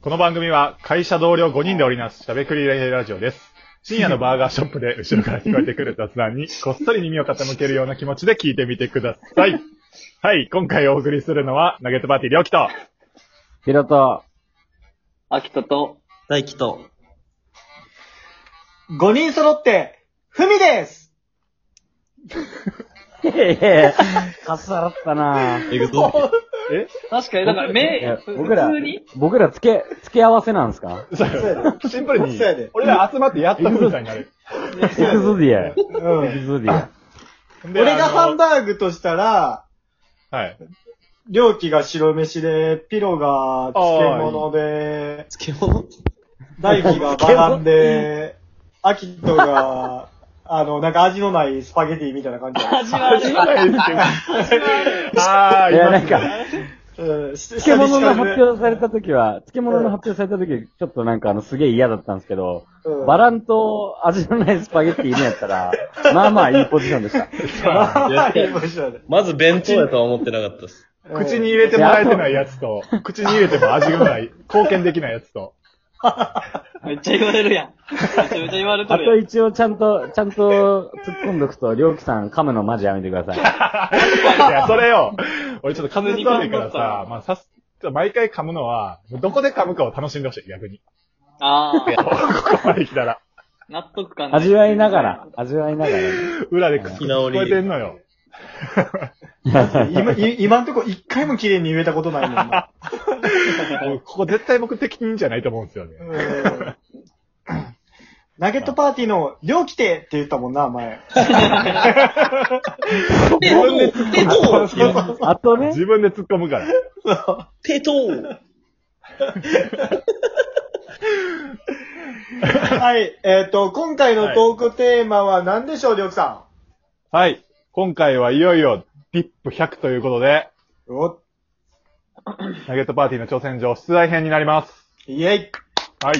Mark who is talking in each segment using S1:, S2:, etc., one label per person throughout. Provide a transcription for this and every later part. S1: この番組は会社同僚5人で織りなすしゃべくりラジオです。深夜のバーガーショップで後ろから聞こえてくる雑談 にこっそり耳を傾けるような気持ちで聞いてみてください。はい、今回お送りするのはナゲットパーティーりょうきと。
S2: ひろと、
S3: アキトと、
S4: 大輝と。5人揃って、ふみです
S2: いやいやいやかっさらったなぁ。
S4: えぐぞ。
S1: え
S3: 確かに、だから、
S2: い
S3: 目
S2: や、
S3: ふ
S2: 僕ら
S3: 普通に、
S2: 僕ら付け、付け合わせなんですか
S1: そう
S4: そうや
S1: シンプルに
S4: そうやで、
S1: 俺ら集まってやったみたいになる。
S2: エクゾディア。エク
S4: うん
S2: ゾディア。
S1: で
S4: 俺がハン
S1: あ
S4: バーグとしたら、
S1: のはい。
S4: りょうきが白飯で、ピロが漬物で、
S5: 漬物
S4: 大輝がバランで、アキト が、あの、なんか味のないスパゲティみたいな感じ。
S3: 味は味は
S1: あー、
S2: いや、
S1: 今
S2: なんか、
S4: うん、し
S2: 漬物の発
S4: 下に敷かれて
S2: 表された時は、漬物の発表された時、ちょっとなんかあの、すげえ嫌だったんですけど、
S4: うん
S2: バランと味のないスパゲッティ犬やったら、まあまあいいポジションでした。
S4: はい言いましたね
S5: まず弁当やとは思ってなかったです。
S1: 口に入れてもらえてないやつと、口に入れても味が ない、貢献できないやつと。
S3: めっちゃ言われるやん。めちゃめちゃ言われて
S2: あと
S3: る
S2: 一応ちゃんと、ちゃんと突っ込んどくと、りょうきさん噛むのマジやめてください。
S1: い や、それよ。俺ちょっと風邪ひいてるから さ、まあさす、毎回噛むのは、どこで噛むかを楽しんでほしい、逆に。
S3: やん。ああ、
S1: ここまで来たら。
S3: 納得感
S2: 味わいながら、味わいながら。
S1: 裏で聞こえてんの よ。
S4: 今、い今んとこ一回も綺麗に言えたことないもんな。
S1: もうここ絶対僕的にじゃないと思うんですよ ね。
S4: うんナゲットパーティーの、量来てって言ったもんな、前。
S5: 手どう手どう
S2: あとね、
S1: 自分で突っ込むから。
S5: 手どう
S4: はい、えっ、と、今回のトークテーマは何でしょう、りょうきさ
S1: はい。今回はいよいよ、ディップ100ということで、
S4: ん。お
S1: ナゲットパーティーの挑戦状出題編になります。
S4: イェイ
S1: はい。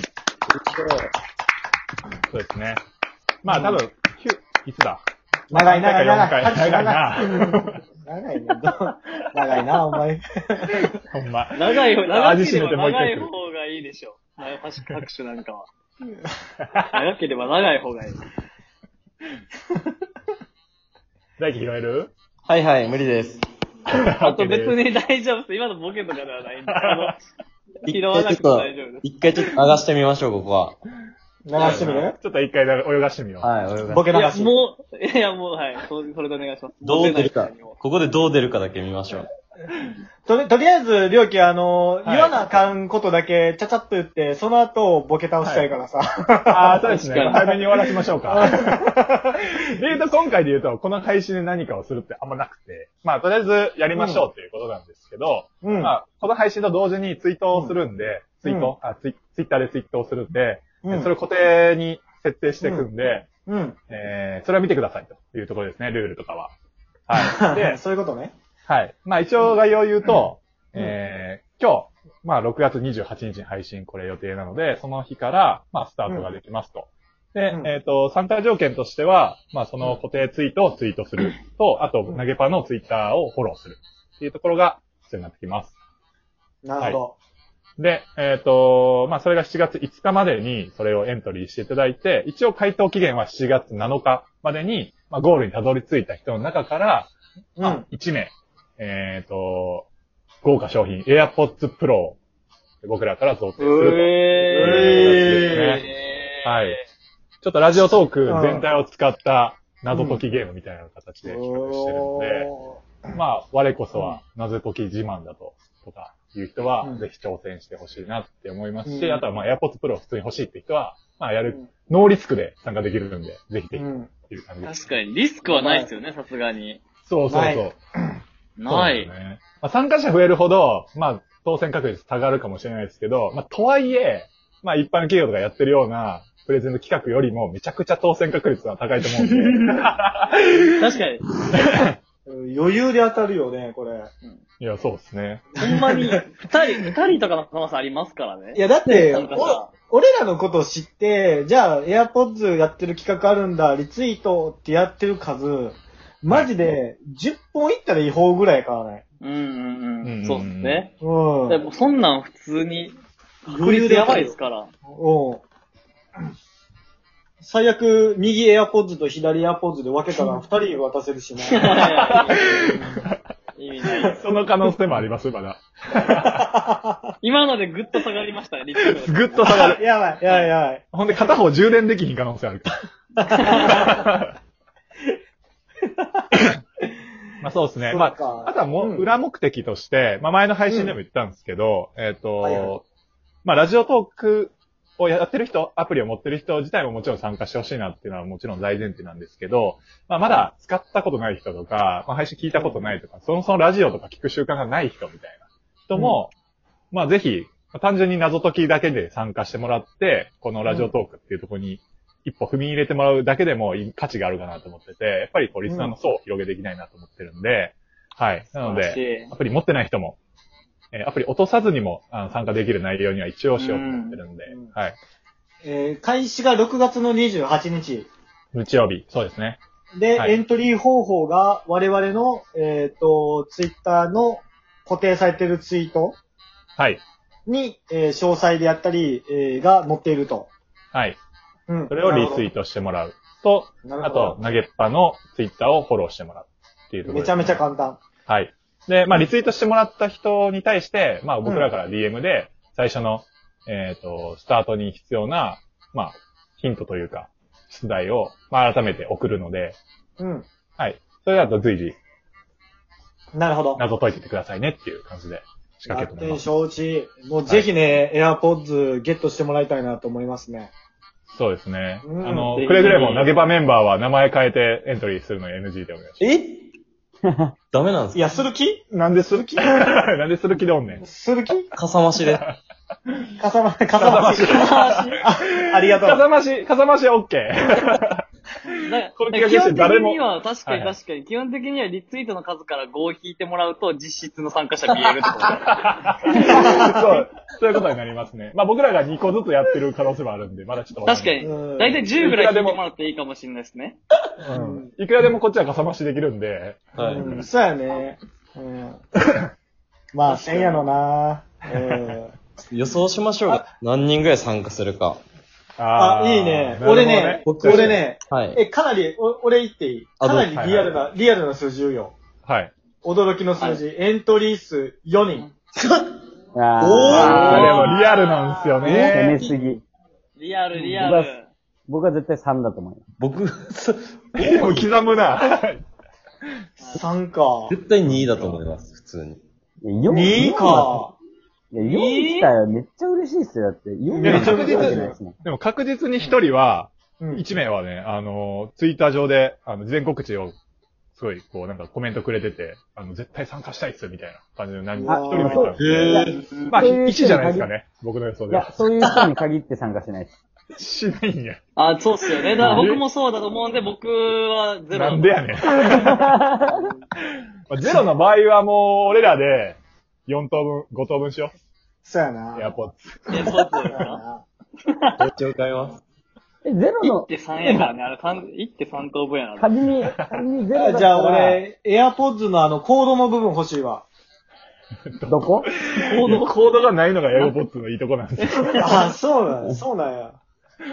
S1: そうですね。まあ多分、ひゅいつだ
S4: 長い長い
S1: 3
S4: 長い。
S1: 回か4回。長いな。
S4: 長いね。どう長いな、お前。
S1: ほんま。
S3: 長い方、長
S1: 味
S3: け
S1: しめ
S3: れ
S1: て
S3: ば
S1: もう一
S3: 長
S1: 回
S3: い
S1: 来る
S3: 方がいいでしょ。拍手拍手なんかは。長ければ長い方がいい。
S1: 大輝拾える
S5: はいはい、無理です。
S3: あと別に大丈夫です。今のボケとかではないんで。あの、拾わなくても大丈夫です。
S5: 一回ちょっと流してみましょう、ここは。
S4: 流してみる
S1: ちょっと一回だけ泳がしてみよう。
S5: はい、俺
S4: ボケ
S3: い
S4: 流
S3: や、
S4: し。
S3: もう、いや、もう、はい。そそれでお願いします。
S5: どう出る
S3: ボ
S5: か
S3: ケない人に。も
S5: ここでどう出るかだけ見ましょう。
S4: とりとりあえず、りょうき、あの、
S1: はい
S4: 言わなあかんことだけ、ちゃちゃっと言って、その後、ボケ倒したいからさ。
S1: ああ、そうですね。
S3: 確かに
S1: 早めに終わらせましょうか。 で言うと、今回で言うと、この配信で何かをするってあんまなくて、まあ、とりあえずやりましょうっていうことなんですけど、
S4: うん。
S1: まあ、この配信と同時にツイートをするんで、ツイート、あツイ、ツイッターでツイートをするんで、
S4: う
S1: それを
S4: ん。
S1: 固定に設定していくんで、
S4: うん。、
S1: えー、それを見てくださいというところですね、ルールとかは。はい。で
S4: そういうことね。
S1: はい。まあ一応概要を言うと、
S4: うん
S1: えー、今日、まあ6月28日に配信これ予定なので、その日から、まあスタートができますと。で、
S4: うん
S1: えっ、と、参加条件としては、まあその固定ツイートをツイートすると、あと、
S4: うん
S1: 投げパのツイッターをフォローするっていうところが必要になってきます。
S4: なるほど。
S1: で、えっ、と、まあそれが7月5日までにそれをエントリーしていただいて、一応回答期限は7月7日までに、まあゴールにたどり着いた人の中から、
S4: うん。
S1: 1名、えっ、と、豪華商品、AirPods Pro を僕らから贈呈するという形
S4: え
S1: ですね。はい。ちょっとラジオトーク全体を使った謎解きゲームみたいな形で企画してるので、
S4: お
S1: まあ、我こそは謎解き自慢だと、とかいう人
S4: う
S1: は、
S4: ん
S1: ぜひ挑戦してほしいなって思います
S4: う
S1: し、
S4: ん
S1: あとはまあ AirPods Pro 普通に欲しいって人は、まあや
S4: う
S1: る
S4: ん、
S1: ノーリスクで参加できるんで、ぜひ
S4: ー
S1: ぜひ
S4: う
S1: っ
S4: ん。
S1: ていう感じです。
S3: 確かに、リスクはないですよね、さすがに。
S1: そうそう
S4: な
S1: そう
S4: い。
S3: な
S1: そ
S3: い。
S1: うだねまあ、参加者増えるほど、まあ、当選確率下がるかもしれないですけど、まあ、とはいえ、まあ、一般企業とかやってるような、プレゼント企画よりも、めちゃくちゃ当選確率は高いと思うんで。
S3: 確かに、
S4: 余裕で当たるよね、これ。
S1: いや、そうですね。
S3: ほんまに、二人、二人とかの可能性ありますからね。
S4: いや、だって、
S3: なんかさ
S4: お俺らのことを知って、じゃあ、AirPods やってる企画あるんだ、リツイートってやってる数、マジで、10本いったら違法ぐらいやからね。
S3: うんうん
S1: う
S3: うんん。そうですね。
S4: うん。
S3: でもそんなん普通に確率やばいですから。
S4: うん。最悪、右エアポッズと左エアポッズで分けたら二人に渡せる し
S3: い
S4: な。
S3: やいや意味ないです。
S1: その可能性もあります、まだ。
S3: 今のでぐっと下がりましたね、リッチ
S1: ぐっと下がる。
S4: やばい、やばい、やばい。
S1: ほんで片方充電できひん可能性ある。まあそうですね。まあ、
S4: あ
S1: あとはも、う
S4: うん
S1: 裏目的として、まあ前の配信でも言ったんですけど、えっ、と、
S4: はいはい
S1: まあラジオトークをやってる人、アプリを持ってる人自体ももちろん参加してほしいなっていうのはもちろん大前提なんですけど、まあまだ使ったことない人とか、まあ配信聞いたことないとか、そもそもラジオとか聞く習慣がない人みたいな人も、まあぜひ、まあ単純に謎解きだけで参加してもらって、このラジオトークっていうところに一歩踏み入れてもらうだけでもいい価値があるかなと思ってて、やっぱりこうリスナーの層を広げていきたいなと思ってるんで、はい。なので、
S3: で。
S1: アプリ持ってない人も、えーアプリ落とさずにもあの参加できる内容には一応しようと思ってるんで、
S4: うんうん
S1: はい。
S4: えー開始が6月の28日。
S1: 日曜日、そうですね。
S4: で、
S1: はい
S4: エントリー方法が我々の、えっ、と、ツイッターの固定されてるツイート
S1: はい。
S4: に、えー詳細であったり、えーが載っていると。
S1: はい。
S4: うん
S1: それをリツイートしてもらうと、
S4: なる
S1: あ
S4: ほど
S1: と、投げっぱのツイッターをフォローしてもらうっていうところ
S4: め
S1: で
S4: ち
S1: す
S4: ゃ
S1: ね、
S4: めちゃ簡単。
S1: はい。で、まあ、リツイートしてもらった人に対して、まあ、僕らから DM で、最初の、えっ、と、スタートに必要な、まあ、ヒントというか、出題を、まあ、改めて送るので、
S4: うん。
S1: はい。それだと随時、
S4: なるほど。
S1: 謎解いててくださいねっていう感じで仕掛けてもらいます。
S4: 承知。もうぜひね、AirPods ゲットしてもらいたいなと思いますね。
S1: そうですね。
S4: うん
S1: あの、
S3: ぜひ
S1: くれぐれも投げ場メンバーは名前変えてエントリーするの NG でお願いし
S5: えダメなんです
S4: い
S5: か
S4: や、する気
S1: ます。なんでする気なんでする気でおんねん。
S4: する気
S5: かさ増しで。
S4: かさま、かさまし。あありがと
S1: か
S4: う。
S1: さまし、かさまし OK。
S3: だ
S1: これ
S3: だから
S1: 気
S3: 基
S1: が付いて
S3: 本的
S1: 誰も
S3: には、確かに
S1: はいはい
S3: 確かに、基本的にはリツイートの数から5を引いてもらうと、実質の参加者見えるってことですね
S1: そう、そういうことになりますね。まあ僕らが2個ずつやってる可能性もあるんで、まだちょっとわん
S3: 確か
S1: ない
S3: に
S4: うん。
S3: 大体10ぐらい引いてもらっていいかもしれないですね。
S1: うんいくらでもこっちはかさましできるんで、
S5: はい。
S4: うん、そうやね。うん。まあ、せんやろな。うん。
S5: 予想しましょうか。何人ぐらい参加するか。
S1: ー
S4: あ、いいね。
S1: なるほど
S4: 俺ね、
S5: 僕
S4: 俺ね、
S5: はい。
S4: え、かなり、お俺言っていい
S5: あ
S4: か
S5: どう
S4: なりリアル
S1: は
S4: な、リアルな数字言うよ。
S1: はい。
S4: 驚きの数字、エントリー数4人。
S1: あ
S2: あ
S1: ー
S2: ー
S1: でもリアルなんですよ
S2: 攻め
S1: ね。
S2: すぎ。
S3: リアル、リアル。
S2: 僕は絶対3だと思いま
S5: 僕、 そ
S1: で も刻むな。
S4: 3か。
S5: 絶対2位だと思います、普通に。
S2: す。いや
S4: 2。か。
S2: 4いや、4来たらめっちゃ嬉しいっすよ。だって、4
S1: いや
S2: 来た
S1: 確
S2: ら
S1: 実
S2: 嬉しいですね。
S1: でも確実に1人は、
S4: う ん。
S1: 一名はね、あの、ツイッター上で、あの、全国知を、すごい、こう、なんかコメントくれてて、あの、絶対参加したいっす、みたいな感じの何人、
S2: あ
S1: 一人もいたんで
S2: いや
S1: まあ、
S2: そういう
S1: 1
S2: 人
S1: じ
S2: に
S1: ゃ
S2: 限
S1: ないで
S2: っ
S1: すかね。僕の予想
S2: い
S1: で
S2: や
S1: は、。
S2: そういう人に限って参加しないです。
S1: しないんや。
S3: あ、そうっすよね。だから僕もそうだと思うんで、僕はゼロ。
S1: なんでやねん。 まあゼロの場合はもう、俺らで、4等分、5等分しよ
S4: そうやな。
S1: う。エアポッツ。
S3: え、そうっす
S4: そうや
S3: よ。
S4: な
S5: どっちを買います
S2: え、ゼロの、
S3: 1.3やからね、あれ、かん1.3等分やな。
S2: 仮に、仮にゼロだったら、
S4: じゃあ、俺、AirPods のあの、コードの部分欲しいわ。
S2: どこ
S1: コード、コードがないのがエアポッツのいいとこなんですよ。
S4: あ、そうなんや。そうなん や。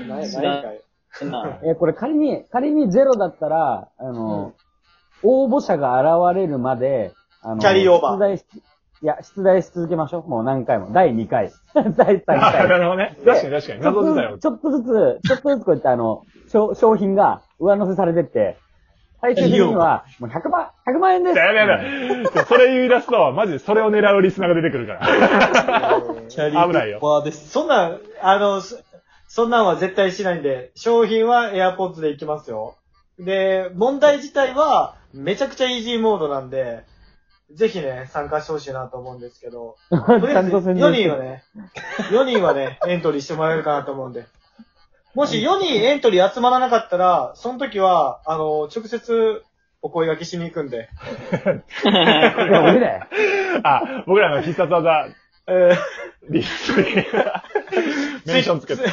S4: ない、ないんかい。
S3: な
S2: えーこれ仮に、仮にゼロだったら、あの、応募者が現れるまで、あの、
S4: キャリーオーバー
S2: 出題し、いや、出題し続けましょう。もう何回も。第2回。 第3
S1: あな
S2: 回。
S1: るほどね。確かに確かに。
S2: ちょっ
S1: 謎
S2: と
S1: 自
S2: ず
S1: 体を
S2: つ、ちょっとずつ、ちょっとずつこうやってあの、商商品が上乗せされてって、最終的には、もう100万、100万円です
S1: やべやべ。それ言い出すと、マジでそれを狙うリスナーが出てくるから。
S5: キャリー
S1: 危ないよ
S5: パーです。
S4: そんなん、あの、そそんなんは絶対しないんで、商品は AirPods でいきますよ。で、問題自体は、めちゃくちゃイージーモードなんで、ぜひね、参加してほしいなと思うんですけど、とり
S2: ち
S4: あ
S2: ゃ
S4: えず
S2: んと宣
S4: 4
S2: 伝し
S4: 人は
S2: て。
S4: ね、4人はね、エントリーしてもらえるかなと思うんで。もし4人エントリー集まらなかったら、その時は、あの、直接お声掛けしに行くんで。
S2: いや、俺だよ。
S1: あ、僕らの必殺技、
S4: え
S1: リストにメンションつけて。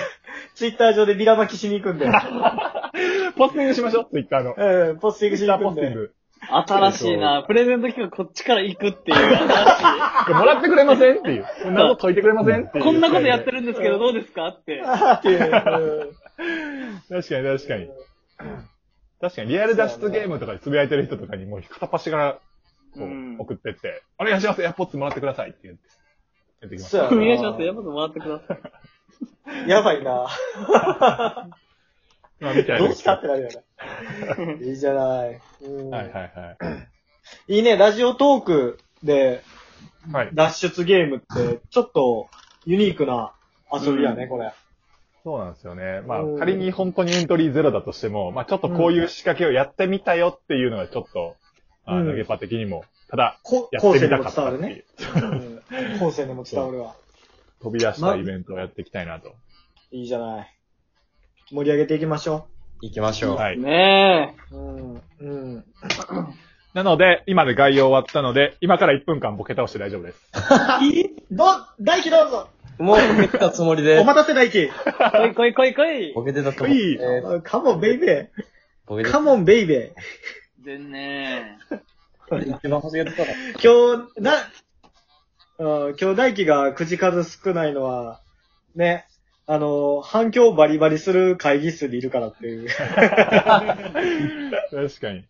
S4: ツイッター上でビラ巻きしに行くんで。
S1: ポスティングしましょう、ツイッターの。
S4: うん、ポスティングし
S1: ツイ
S4: に
S1: ッターポ
S4: 行くん
S1: スティン
S4: で。
S1: グ。
S3: 新しいな。プレゼント企画こっちから行くっていう新し
S1: もらってくれませんっていう。こんなこと解いてくれませんってい
S3: い。
S1: う。
S3: こんなことやってるんですけどどうですかって。
S4: っていう。
S1: 確かに確かに。確かに、リアル脱出ゲームとかでつぶやいてる人とかにもう片っ端からこう
S3: うん
S1: 送ってって、お願いします、エアポッツもらってくださいって言って。やってきま
S4: そ
S1: す
S4: う。や
S3: お
S4: な
S3: 願いします。やっぱ回ってください。
S4: やばいな。
S1: まあ、みたいな。
S4: どうしたってなるよ ね。いいじゃない。うん
S1: はいはいはい
S4: いね、ラジオトークで
S1: い。はい。
S4: 脱出ゲームって、ちょっとユニークな遊びやね、
S3: うん
S4: これ。
S1: そうなんですよね。まあ
S4: うん、
S1: 仮に本当にエントリーゼロだとしても、まあ、ちょっとこういう仕掛けをやってみたよっていうのがちょっと、まあ
S4: うん
S1: 投げパ的にも、ただ、
S4: こ
S1: やっ
S4: 後
S1: て
S4: 世
S1: み
S4: に
S1: た
S4: も
S1: かっ
S4: 伝わ
S1: たっ
S4: る
S1: て
S4: ね
S1: い。う、
S4: うん後世にも伝わるわ。
S1: 飛び出したイベントをやっていきたいなと。
S4: いいじゃない。盛り上げていきましょ
S5: 行きましょう。
S1: はい。
S3: ね
S4: う。うん。うん。
S1: なので、今で概要終わったので、今から1分間ボケ倒して大丈夫です。
S4: ど、大輝どうぞ
S5: もう受けたつもりで
S4: お。待たせ大輝
S3: え。来い来い来い来い
S5: ボ。ケてたつも
S1: い
S5: り
S1: い
S5: で。
S4: カモンベイベ
S5: ボケ
S4: ー
S5: て
S4: カモンベイベ
S3: でんね
S5: 一番初めてから。
S4: ー今日、な、うん今日大輝が口数少ないのは、ね、あの、反響バリバリする会議室にいるからっていう。
S1: 確かに。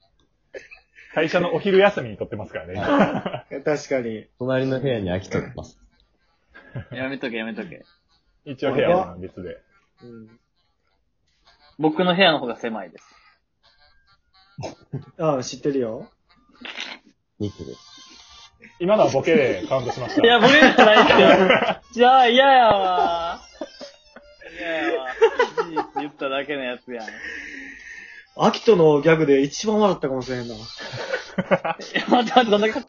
S1: 会社のお昼休みに撮ってますからね。
S4: 確かに。
S5: 隣の部屋に飽きとります。
S3: やめとけやめとけ。
S1: 一応部屋は別で。
S4: うん
S3: 僕の部屋の方が狭いです。
S4: ああ、知ってるよ。
S5: ニックで。
S1: 今のはボケでカウントしまし
S3: いや、
S1: た。
S3: 僕じゃないっすよ。 じゃあ、嫌や わ。嫌やわ。事実言っただけのやつやん。い
S4: アキトのギャグで一番笑ったかもしれんな。
S3: や、待って待って、どんなか